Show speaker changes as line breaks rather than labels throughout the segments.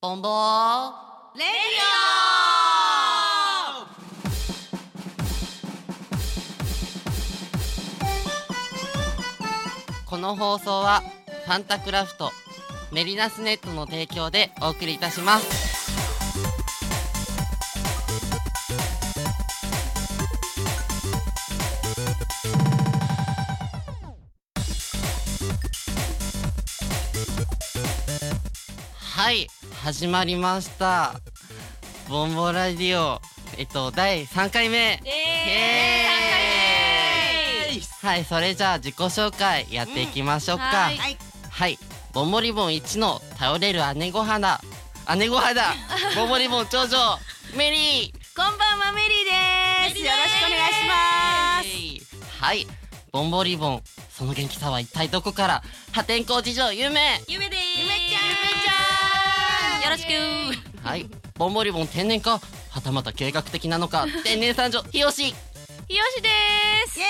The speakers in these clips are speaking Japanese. ボンボーレディオこの放送はファンタクラフトメリナスネットの提供でお送りいたしますはい始まりましたボンボーラディオえっと第3回目
イ
エ
エーイ
はいそれじゃあ自己紹介やっていきましょうか、
はい
はい、
はい、ボンボリボン1の倒れる姉御花姉御花ボンボリボン長女メリー
こんばんはメリーです
よろしくお願いします。
はい、ボンボリボンその元気さは一体どこから破天荒事情有名
ゆめですゆ
めちゃん
んよろしく
はい、ボンボリボン天然かはたまた計画的なのか天然三女日吉
ひよしです
イエー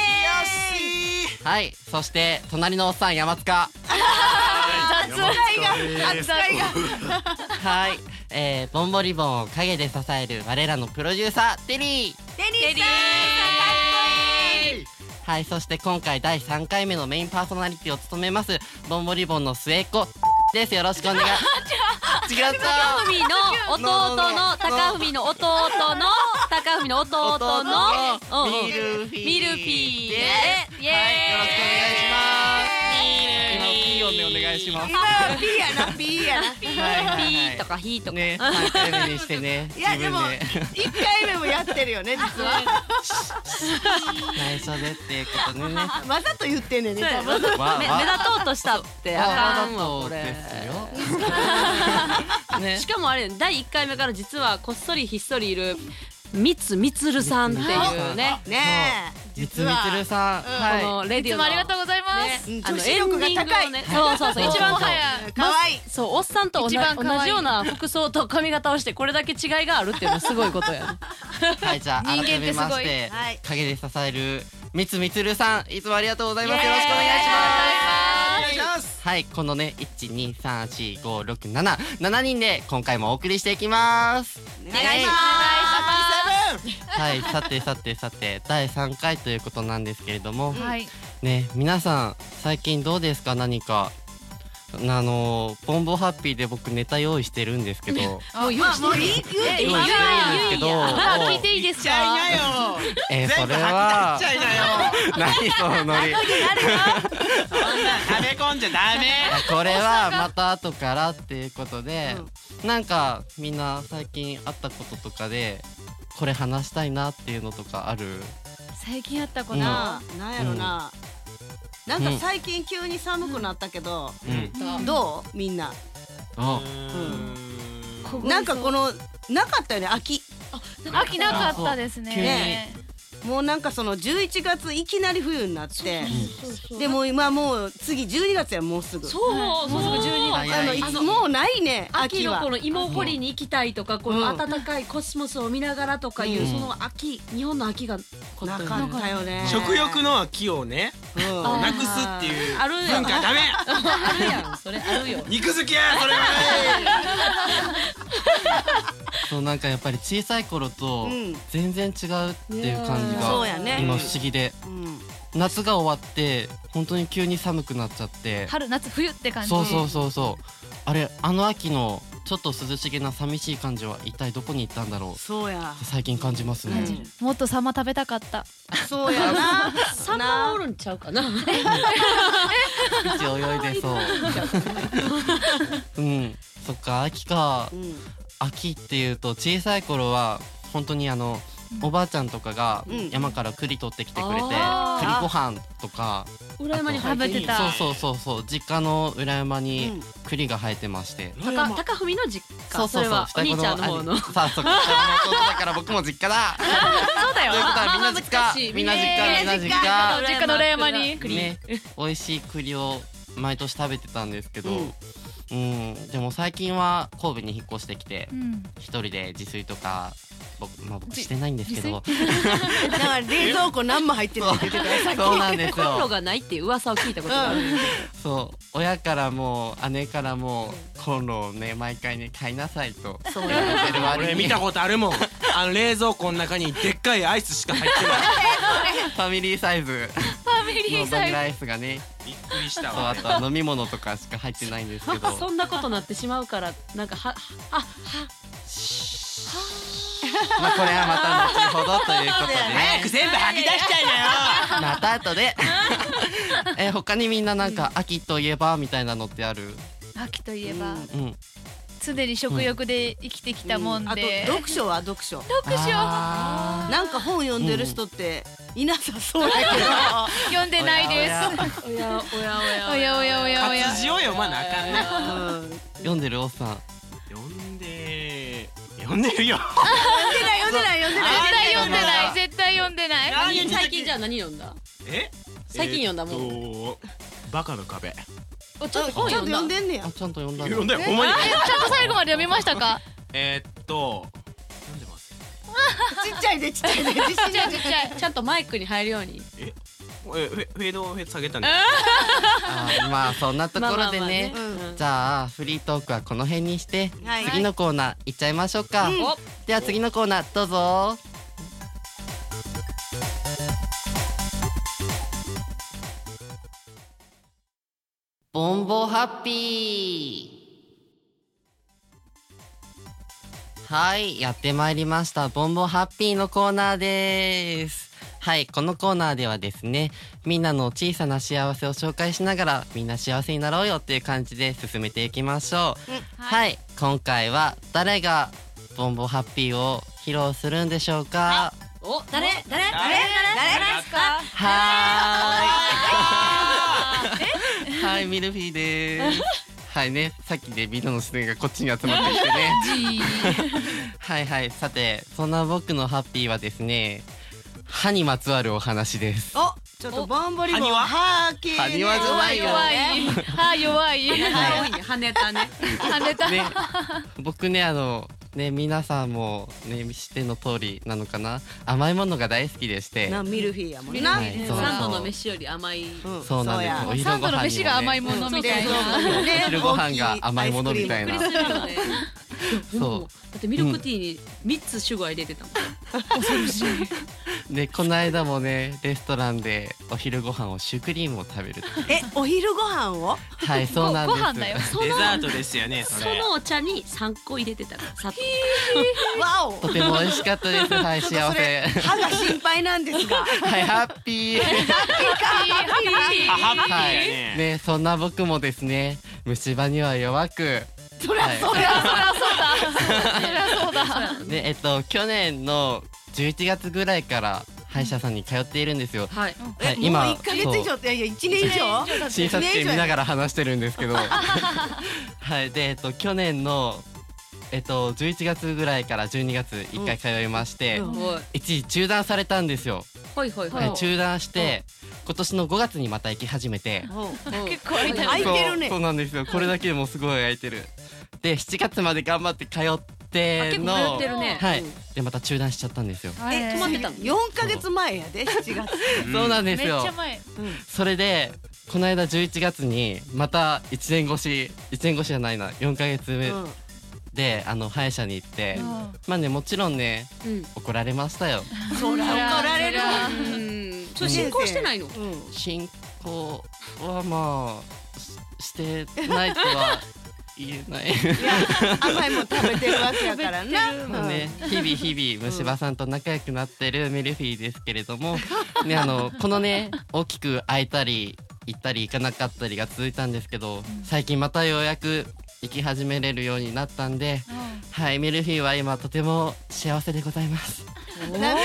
イ。
はい、そして隣のおっさん山塚
雑
愛が
雑愛が
はい、 えー、ボンボリボンを陰で支える我らのプロデューサーテリー
デニ
テ
ー
リ
さん、かっこいい。
はい、そして今回第3回目のメインパーソナリティを務めますボンボリボンの末っ子です。よろし くお願い。違った。
高文の弟の高文の弟の高文の弟
弟
の
の
うんう
ミル
ん
フィーユ
ミルフィーユでイエーイ
はい、よろしくお願いします。今 P 音でお願いします。
今はピーやな、ピーやな。
はいはいはい
ピーとかヒーとか
ね、3回目にしてね。
いや、でも、
自
一回目もやってるよね、実は。
分で内緒でっていうことでね。
わざと言ってんねんね、
そうや
多
わ
分。
ざ
わ
め
わ
目立とうとしたってあかんわ
そ
こ
う
れ
ですよ。ね
し。かもあれ第一回目から実はこっそりひっそりいるみつみつるさんっていうね
ねえ、
みつ
実
み
は。
つるさん、
うん
こ
は
のレディオ
いつも
の
ありがとうございます。
うん
あの
女子力が高い
エンディングをねそうそうそう一番
もは
そう
や
可愛い。
そうおっさんと同じ
一番可愛い
同じような服装と髪型をしてこれだけ違いがあるっていうのはすごいことやね
い、はい、じゃあ
人間って
改め
すごい
まして
はい、
陰で支えるみつみつるさん、いつもありがとうございます。
イエーイ
よろしくお願いします。
お願いします。
はい、このね、一二三四五六七七人で今回もお送りしていきます。
お
願いします
す。イ
はい、さてさてさて第三回ということなんですけれども、
はい。
ね、皆さん最近どうですか何か。あのボンボハッピーで僕ネタ用意してるんですけど、用意
あ、
まあ、もういい、言うてい
し
い
てる
よ。
んですけど、も
あ、聞いうていいです
ちゃ
か。
いなよ。
えーそ
全部
れ
吐
は
き出しちゃいなよ。
何そ のノリ。
そんなん、はめ込んじゃダメ。
これはまた後からっていうことで、なんかみんな最近あったこととかでこれ話したいなっていうのとかある
最近あった子
な
な。
なんやろな、なんか最近急に寒くなったけど、
うん
どうみんな、
あ
うん
なんかこのなかったよね秋
秋なかったですね。
もうなんかその11月いきなり冬になってでもう今もう次12月やもうすぐ
そう
はい
もうすぐ12
はい
月
あのいつもうないね
秋
秋
の
は
この芋掘りに行きたいとかこの
うん
暖かいコスモスを見ながらとかいううんその秋日本の秋がこ
な
と
かったよね
食欲、の秋をね
うん
あー
なくすっていう
あるよ
文化ダメ
あるやんそれあるよ
肉好きやそれは
そうなんかやっぱり小さい頃と
うん
全然違うっていう感じ
そう
が
やね
今不思議で
うん
夏が終わって本当に急に寒くなっちゃって
春、夏、冬って感じ。
そうそうそうそうあれあの秋のちょっと涼しげな寂しい感じは一体どこに行ったんだろう
そう や
最近感じますね。
もっとサンマ食べたかった。
そうやな
サンマおるんちゃうかな
口泳いでそう。うん、そっか、秋か
う、ん
秋っていうと、小さい頃は、本当にあの。おばあちゃんとかが
うん
山から栗取ってきてくれて、栗
あ
ー
ご飯とか、
裏山に入って
食べてた
そう
あ
そうそうそう、実家の裏山
う
に
ん
栗が生えてまして。
高高文の実
そ
家
う
そ
そう
れ
そう
は、お兄ちゃんの
双
方
子
の
兄さあ、そっか、弟だから僕も実家だ。
そうだ
と
よ
いうことはみんな実家、みんな実家、みんな実家。
実家の裏山に。
ね、美味しい栗を毎年食べてたんですけど、
うん
うんでも最近は神戸に引っ越してきて
うん
一人で自炊とか僕,、まあ、僕してないんですけど
だから冷蔵庫何も入ってるって言ってたよさっき
そうなんです
コンロ
よ
がないっていう噂を聞いたことがある。
そう親からも姉からもコンロをね毎回ね買いなさいと
そう
言われてる
俺
割
見
に
た
フ
ことあるもんあの冷蔵庫の中にでっかいアイスしか入ってない
ァミリーサイズ
ファミリ
の
ー
バ
サイ
ニ
ズ
ラアイスがね
びっくりした
そう
わ
あとは飲み物とかしか入ってないんですけ ど
そんなことなってしまうからなんかはあは
まあこれはまた後ほどということで
早く
ね
全部吐き出しちゃいなよ
また後でえ他にみんななんか秋といえばみたいなのってある
秋といえば
うん
常に食欲で生きてきたもん
あと
で
読書は読書
読書
あ
なんか本読んでる人っていなさそうだけど
読んでないで
おやおや
す
おや
おやお
おや
やおやおや
活字を読まなあかんな
うん
ー読んでるおっさん
読んで読んでるよ
読んでない読んでない
絶対読んでない絶対読んでない
何最近じゃあ何読んだ
え
最近読んだもん
んバカの壁
おちょっと
読ん
本
でないちゃんと
読んだ
読んでん
あちゃんと読んだの
ねや
読んだよほんまに
えちゃんと最後まで読みましたか
えーっと読んでます
ちっちゃいでちっちゃいで自
ちっ
信
ちゃい
ない
ちっちゃい
ちゃんとマイクに入るように
ええフェフェードをフェード下げたんで
あーまあそんなところでね
まあまあまあね
じゃあフリートークはこの辺にして
はい
次のコーナー行っちゃいましょうか
うんお
では次のコーナーどうぞボンボハッピーはいやってまいりましたボンボハッピーのコーナーですはいこのコーナーではですねみんなの小さな幸せを紹介しながらみんな幸せになろうよっていう感じで進めていきましょうはい、今回は誰がボンボハッピーを披露するんでしょうか。
お誰誰
誰
ですか
はーい。 はい、ミルフィーです。はいね、さっきでみんなの視線がこっちに集まってきてね。はいはい、さて、そんな僕のハッピーはですね。歯にまつわるお話です。
おちょっとボンボリボン
埴輪
はーけーね
埴輪じゃないよ
弱いは弱い
はい多いね跳ねたね
跳ねた
ね、僕ね、あの、ね、皆さんも、ね、知っての通りなのかな。甘いものが大好きでして。
なミルフィーやもんな
は、いそう
サンドの飯より甘い
うん
そうなんですよ
そ
お昼
サン
ご
ドの
飯に
飯
も
が甘い
ね
ものみたい
そうそう
な
そうね
お昼ご飯が甘いものみたいな
びっくりするよねでもだってミルクティーに三つシュガー入れてたもん
でこの間もねレストランでお昼ご飯をシュークリームを食べるって いう
えお昼ご 飯を
はいそうなんです
ご飯だよ
デザートですよねそ
そ
れ
のお茶に三個入れてたから砂糖
わお
とても美味しかった ですはい幸
それ
せ
歯が心配なんで すが
はいハッピー
あハッピ
は
ー
い
やね
ねそんな僕もですね虫歯には弱く
そりゃそうや
そうだ
でえっと去年の11月ぐらいから歯医者さんに通っているんですよ
はい
は
え
い
もう1ヶ月以上っていやいや1年以上
診察券見ながら話してるんですけどはいで、えっと、去年の、えっと、11月ぐらいから12月1回通いまして、
うん
おい
一時中断されたんですよ、
ほいほいほい
はい、中断して、今年の5月にまた行き始めて、
結
構空いてる
空いてるね
そうそうなんですよこれだけでもうすごい空いてるで7月まで頑張って通っての
あ結構通ってるね
はい
うん
でまた中断しちゃったんですよ、
え
え
止ま
止ま
っ
ってて
た
た
の
4ヶ月前やで7月
そうなんで
めっ
す
ち
よ
ゃ前
それでこの間11月にまた1年越し1年越しじゃないな4ヶ月目
うん
で、あの歯医者に行って、
うん
まあねもちろんね
うん
怒られました よ
そりゃ怒られる
そりゃ
うんそれ進行してないの
うん
進行はまあししてないとは言え ない
いや甘いもん食べてるわけやからな
まあね日々日々虫歯さんと仲良くなってるミルフィーですけれども、ね、あのこのね大きく開いたり行ったり行かなかったりが続いたんですけど最近またようやく行き始めれるようになったんではいミルフィーは今とても幸せでございます
うんなんか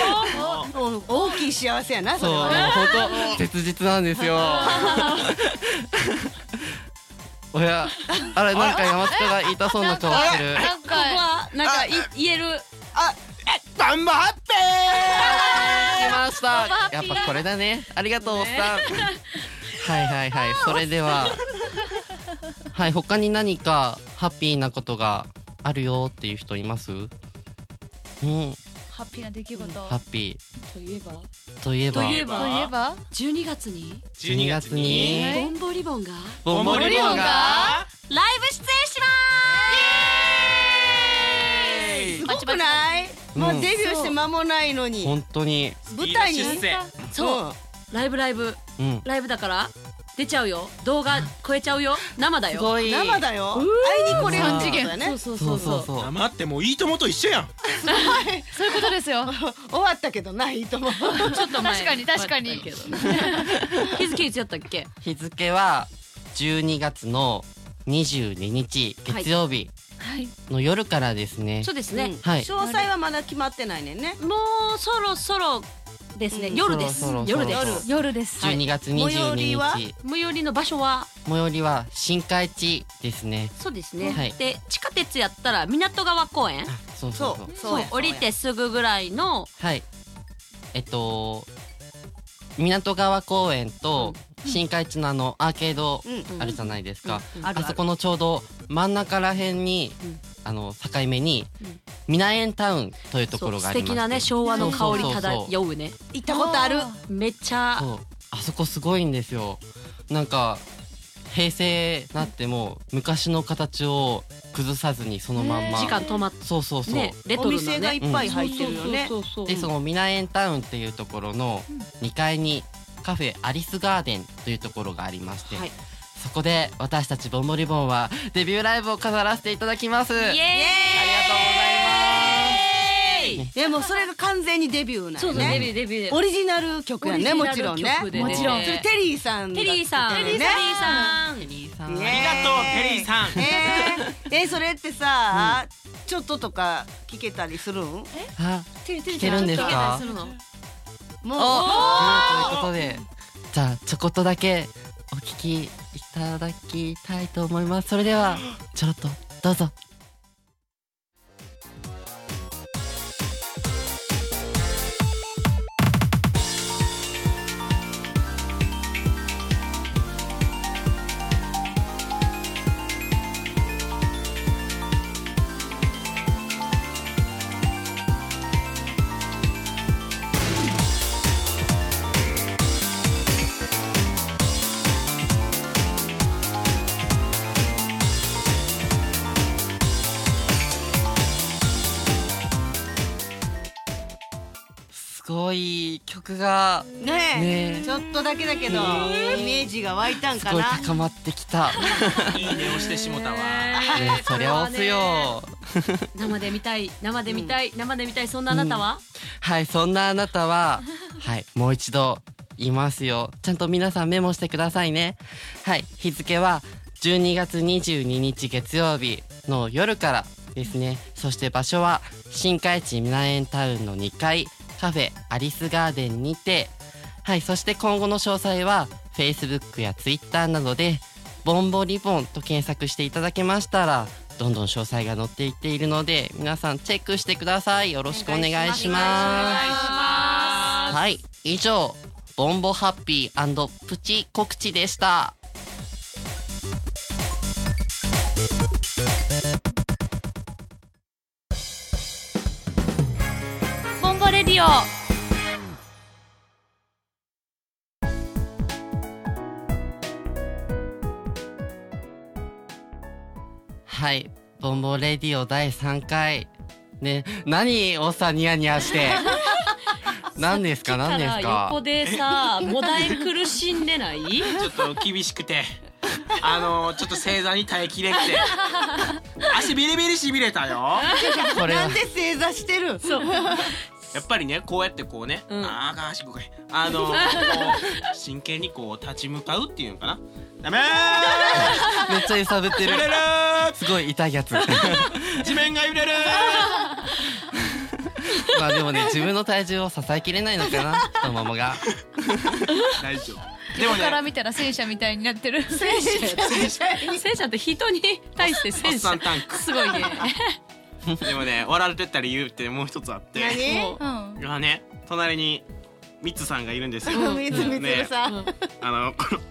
うん大きい幸せやなそ
そう
れ
もう
はね
本 当切実なんですよおやあれなんか山塚が痛そうな顔してる
なん
ここ
か
はなんかい言える
あえバンバハッピ
来ましたやっぱこれだねありがとうおっさん、はいはいはいそれでははい他に何かハッピーなことがあるよっていう人いますうん
ハッピーな出来事
ハッピ
といえば
ーといえば
といえば
といえば
12月に
12月に
え
ボンボリボンが
ボンボリボンが
ライブ出演します
すごくないまあ
うん
デビューして間もないのに
本当に
舞台に
出世
そうライブライブ
うん
ライブだから出ちゃうよ動画超えちゃうよ生だ
す
よ
ご
ん
い
生だよ会いに来れるってことだね
そうそう
そ
そう
そ
う
う
そう
そう
黙ってもういいともと一緒やん
そういうことですよ
終わったけどないと 思う
ちょっと
確
前
かに確かに
だけどね日付いつやったっけ
日付は12月の22日
はい
月曜日
はい
の夜からですね
そうですね
うん
はい
詳細はまだ決まってないねんね
もうそろそろですね
うん
夜です
そろそろ
夜です
夜
夜です
はい
12月
最寄
22
り
日
は
最寄りの場所は
最寄りは新海地ですね
そうですね、
はい
で地下鉄やったら港川公園
そうそう
そ
そう
う
そう
や
降りてすぐぐらいの
はいえっと港川公園と新海地のあのアーケード
うん
あるじゃないですか、
うん
あそこのちょうど真ん中らへんに、
うん
あの境目に、
うん
ミナエンタウンというところが
素
ありまして
敵なね昭和の香り
そうそうそう
漂うね
行ったことある
あ
めっちゃ
そうあそこすごいんですよなんか平成になっても昔の形を崩さずにそのまんま
時間止まって
そうそうそう、
ねレト
お
ロな
店がい
ね
っぱい入ってるよね
そうそうそうそう
でそのミナエンタウンっていうところの2階にカフェアリスガーデンというところがありまして、
はい
そこで私たちボンボリボンはデビューライブを飾らせていただきます
イエーイありがとうございます
でもそれが完全にデビューなん
そう
よ
そうデビ
ね
ューデビュー
オリジナル曲やねもちろんね
オリジナル曲でね
もちろんそれテリーさんが
テリーさん
テ
テ
リー
リー
ね
さん
さ
イエーイ
ありがとうテリーさん
え ーえそれってさちょっととか聞けたりするんもう
あ
テリーテリ
聞けるんですか
聞けたりするの
ということでじゃあちょこっとだけお聞きいただきたいと思いますそれではちょろっとどうぞすごい曲がね
ね
え
えちょっとだけだけどイメージが湧いたん
す
か
ごい
な
高まってき た、
いいね押してしもたわ
ね、 そりゃ押すよ
生で見たい生で見たい生で見たいそんなあなたは
はい、そんなあなたは、はい、もう一度言いますよ。ちゃんと皆さんメモしてくださいね。はい、日付は12月22日月曜日の夜からですね。そして場所は新海地みなえんタウンの2階カフェアリスガーデンにて、はい、そして今後の詳細は Facebook や Twitter などでボンボリボンと検索していただけましたら、どんどん詳細が載っていっているので、皆さんチェックしてください。よろしくお願いします。はい、以上、ボンボハッピープチ告知でした。
ボンボレディオ
はい、ボンボレディオ第3回。ね、何をさ、ニヤニヤ して。何ですか、何です
から横
か。
で さもだえ苦しんでない
ちょっと厳しくてあのちょっと正座に耐えきれんくて足ビリビリしびれたよ
これ
な
は
んで正座してる
そう
やっぱりねこうやってこうね、
うん
あーあかん足こかへんあのこう真剣にこう立ち向かうっていうのかなダメ
めっちゃ揺さぶって
ー
る
揺。れる
すごい痛いやつ。
ー地面が揺れる
まあでもね、自分の体重を支えきれないのかな、太ももが。
ー大丈夫でも
ここから
ね
見たら戦車みたいになってる
戦車って人に対して
おっ
戦
さ
車
んタンク
すごいね
でもね笑ってた理由ってもう一つあって
何
も
うん
今ね隣にミッツ さんがいるんですよ
みつみつるさん
あのこの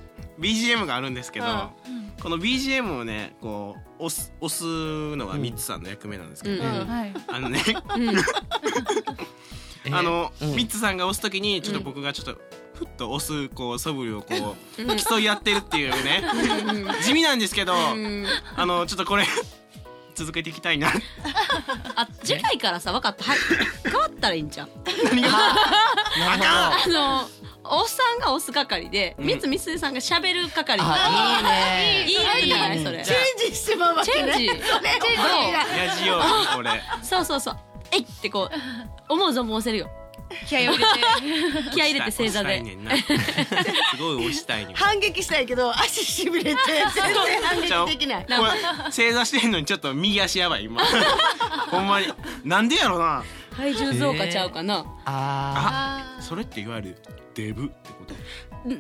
BGM があるんですけど、
うん
この BGM をねこう押す押すのがミッツさんの役目なんですけど、
うん
はい。
あのね
うん
え
あの、
うん
ミッツさんが押すときにちょっと僕がちょっと、ふっと押すこう素振りをこう
うん
競い合ってるっていうね
うん
地味なんですけど、
うん
あのちょっとこれ続けていきたいな
あ次回からさ分かったはい変わったらいいんじゃん
なるほ
あのおっさんが押す係で、
うん
みつみつねさんがしゃべる係
どあいいね
いいやつじゃない
いい
それ
じゃ
ンジしてまうわ
チェンジ
あラジオにこれ
そうそうそうえいってこう思う存分押せ るよ
気合を入れて。
気合い入れて正座
押したい
で
ねんなすごい押したいねん
反撃したいけど足しびれて全然反撃できない
これ正座してんのにちょっと右足やばい 今ほんまになんでやろな
体重増加ちゃうかな、
あ
あ
それっていわゆるデブってこと
ー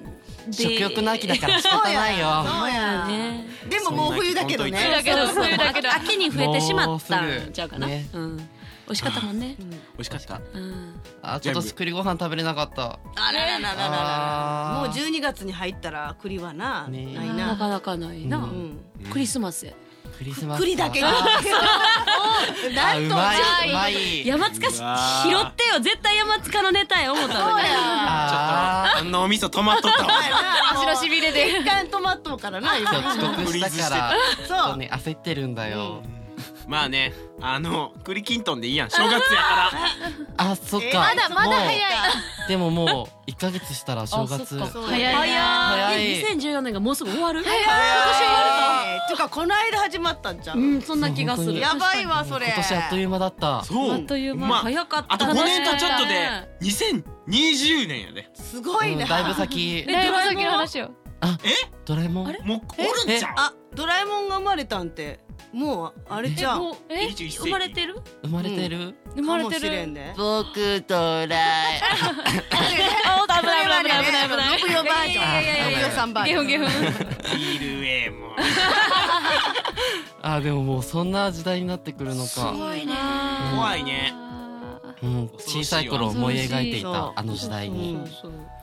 食欲の秋だから仕方ないよ
そうや
ね
でももう冬だけど
そん
あ。
な
だ
ね
けど、そういうだけど。
秋に増えてしまったんちゃうかな
もうす
うん、美味しかったもんね、
美味しかった
うん、
あ今年栗ご飯食べれなかった
あらららららら
あー
もう12月に入ったら栗はな
ね
ない
な
な
かなかないな、
う
うん
クリスマスや
クリスマス
栗だけが
あ
なん
う
と
まいううまい
山塚し
う
拾
わー
ってよ絶対山塚のネタや思ったのに
あ
あ脳みそ止まっとったわ
足のしびれで。
一旦止まっとうからな今
ちょっと遅刻したからちょっ
そ
と
う
ね焦ってるんだよ
まあねあの栗きんとんでいいやん正月やから
あそっか
えまだまだ
もうでももう一ヶ月したら正月
あそっか
そう
早いな。
早い
え2014年がもうすぐ終わる
えーてかこの間始まったんじゃ
うんんそんな気がす
そう
る
本
やばいわそれ
今年あっという間だった
そう
あっという間、
まあ
早かった
あと5年とちょっとで
ね
2020年やです
ごい
うんだいぶ
な
先
だいぶ先の話よ。
ドラえもん
もうおるんじゃん
あドラえもんが生まれたんてもうあれじゃん
もうえ
21世紀
生まれてる
生まれてる
生
か
まれ
も
て
しれ
る。
んで
僕ドラ え
あ、危ない危ない危ない危ない危ない。
六四バージョン
いやいやいや
六四三バージ
ゲ
ョ
フ
ン
ゲフ。
ビールエも
あでももうそんな時代になってくるのか
ごい
怖いね
うん小さい頃思い描いてい
恐ろ
た
しい
あの時代
う
に
ん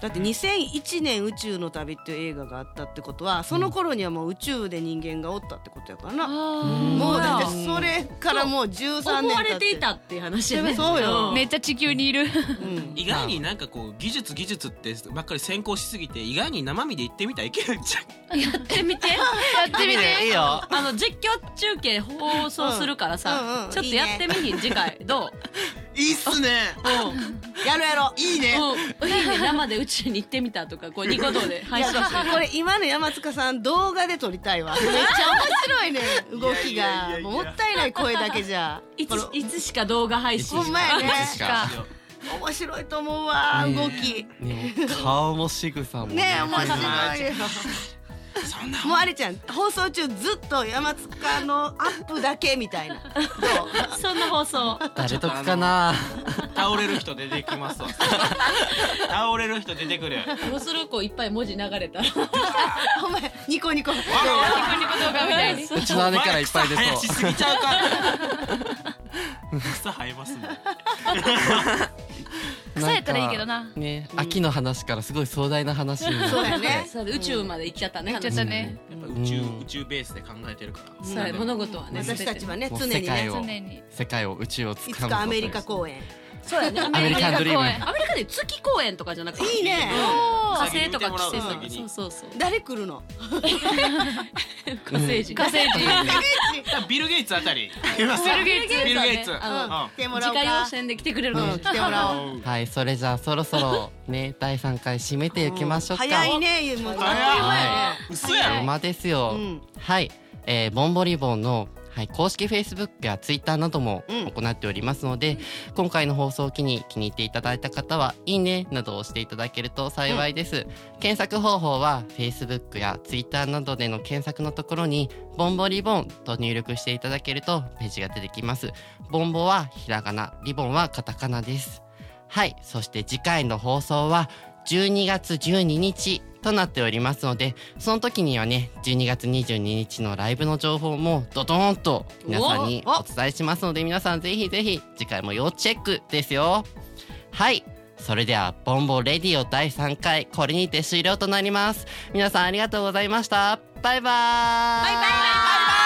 だって2001年「宇宙の旅」っていう映画があったってことはその頃にはもう宇宙で人間がおったってこと やからな
うん
もうだって
うん
それからもう13
思
年
わ
経
れ
って
いたっていう話やね
そうよ
めっちゃ地球に いる。
うん
意外になんかこう技術技術ってばっかり先行しすぎて意外に生身で行ってみたらいけるんじゃん
やってみて
やってみて。
いいよ
あの実況中継放送するからさ、
うんうんうん
ちょっとやってみひん次回どう
いいっすね
やろうやろう
いいね
うんいいね生で宇宙に行ってみたとかこうニコ動で
い
配
や
信して
これ今の山塚さん動画で撮りたいわめっちゃ面白いね動き
いやいや
が
いや
もったいない声だけじゃ
いついつしか動画配信
ほんまやね
しか
面白いと思うわ
ね
動き
ね顔も仕草も
ねえ面白いよ
そん な
もうあれちゃん放送中ずっと山塚のアップだけみたいなどう
そんな放送
誰得かな
倒れる人出てきますわ倒れる人出てくる
どうするこういっぱい文字流れたら
お前ニコニコ
ニコニコ動画みたいに。
うちの姉からいっぱい出
生やし
そ
すぎちゃう から草生えますもん
う
草やったらいいけどなん
かね秋の話からすごい壮大な話になる
そうやね
そう宇宙まで行っちゃったね
行っちゃったね。
やっぱ宇宙、
うん
宇宙ベースで考えてるから。
そうや物事はね
私たちはね
もう
常に
世界
ね
を
常に
世界を宇宙をつ
い
か
つ
む
かアメリカ公演
そうやねア
アメリカンドリーム
アメリカ公演
メリカで月公演とかじゃなくて
いいね
火
火星とか
火
火星
星
と
と
か
か
そうそうそう
誰来るの
火星人
火星人。
ビル・ゲイツあ たり。
ビ
ビ
ルゲイツ
ル・ゲイツ。
あ
うん
あ
来てもら
自
おうか
家用船で来てくれるの
うん来てもらおう
はいそれじゃあそろそろね第三回締めていきましょうか
早いねもう
早い
あ
嘘やろ。
馬ですよ、
うん
はい、えー、ボンボリボンの、はい、公式 Facebook や Twitter なども行っておりますので、今回の放送を機に気に入っていただいた方は「いいね」などをしていただけると幸いです、検索方法は Facebook や Twitter などでの検索のところに「ボンボリボン」と入力していただけるとページが出てきますボンボはひらがなリボンはカタカナですはいそして次回の放送は12月12日となっておりますのでその時にはね12月22日のライブの情報もドドーンと皆さんにお伝えしますので皆さんぜひぜひ次回も要チェックですよはいそれではボンボレディオ第3回これにて終了となります皆さんありがとうございました
バイバーイ
バイバイ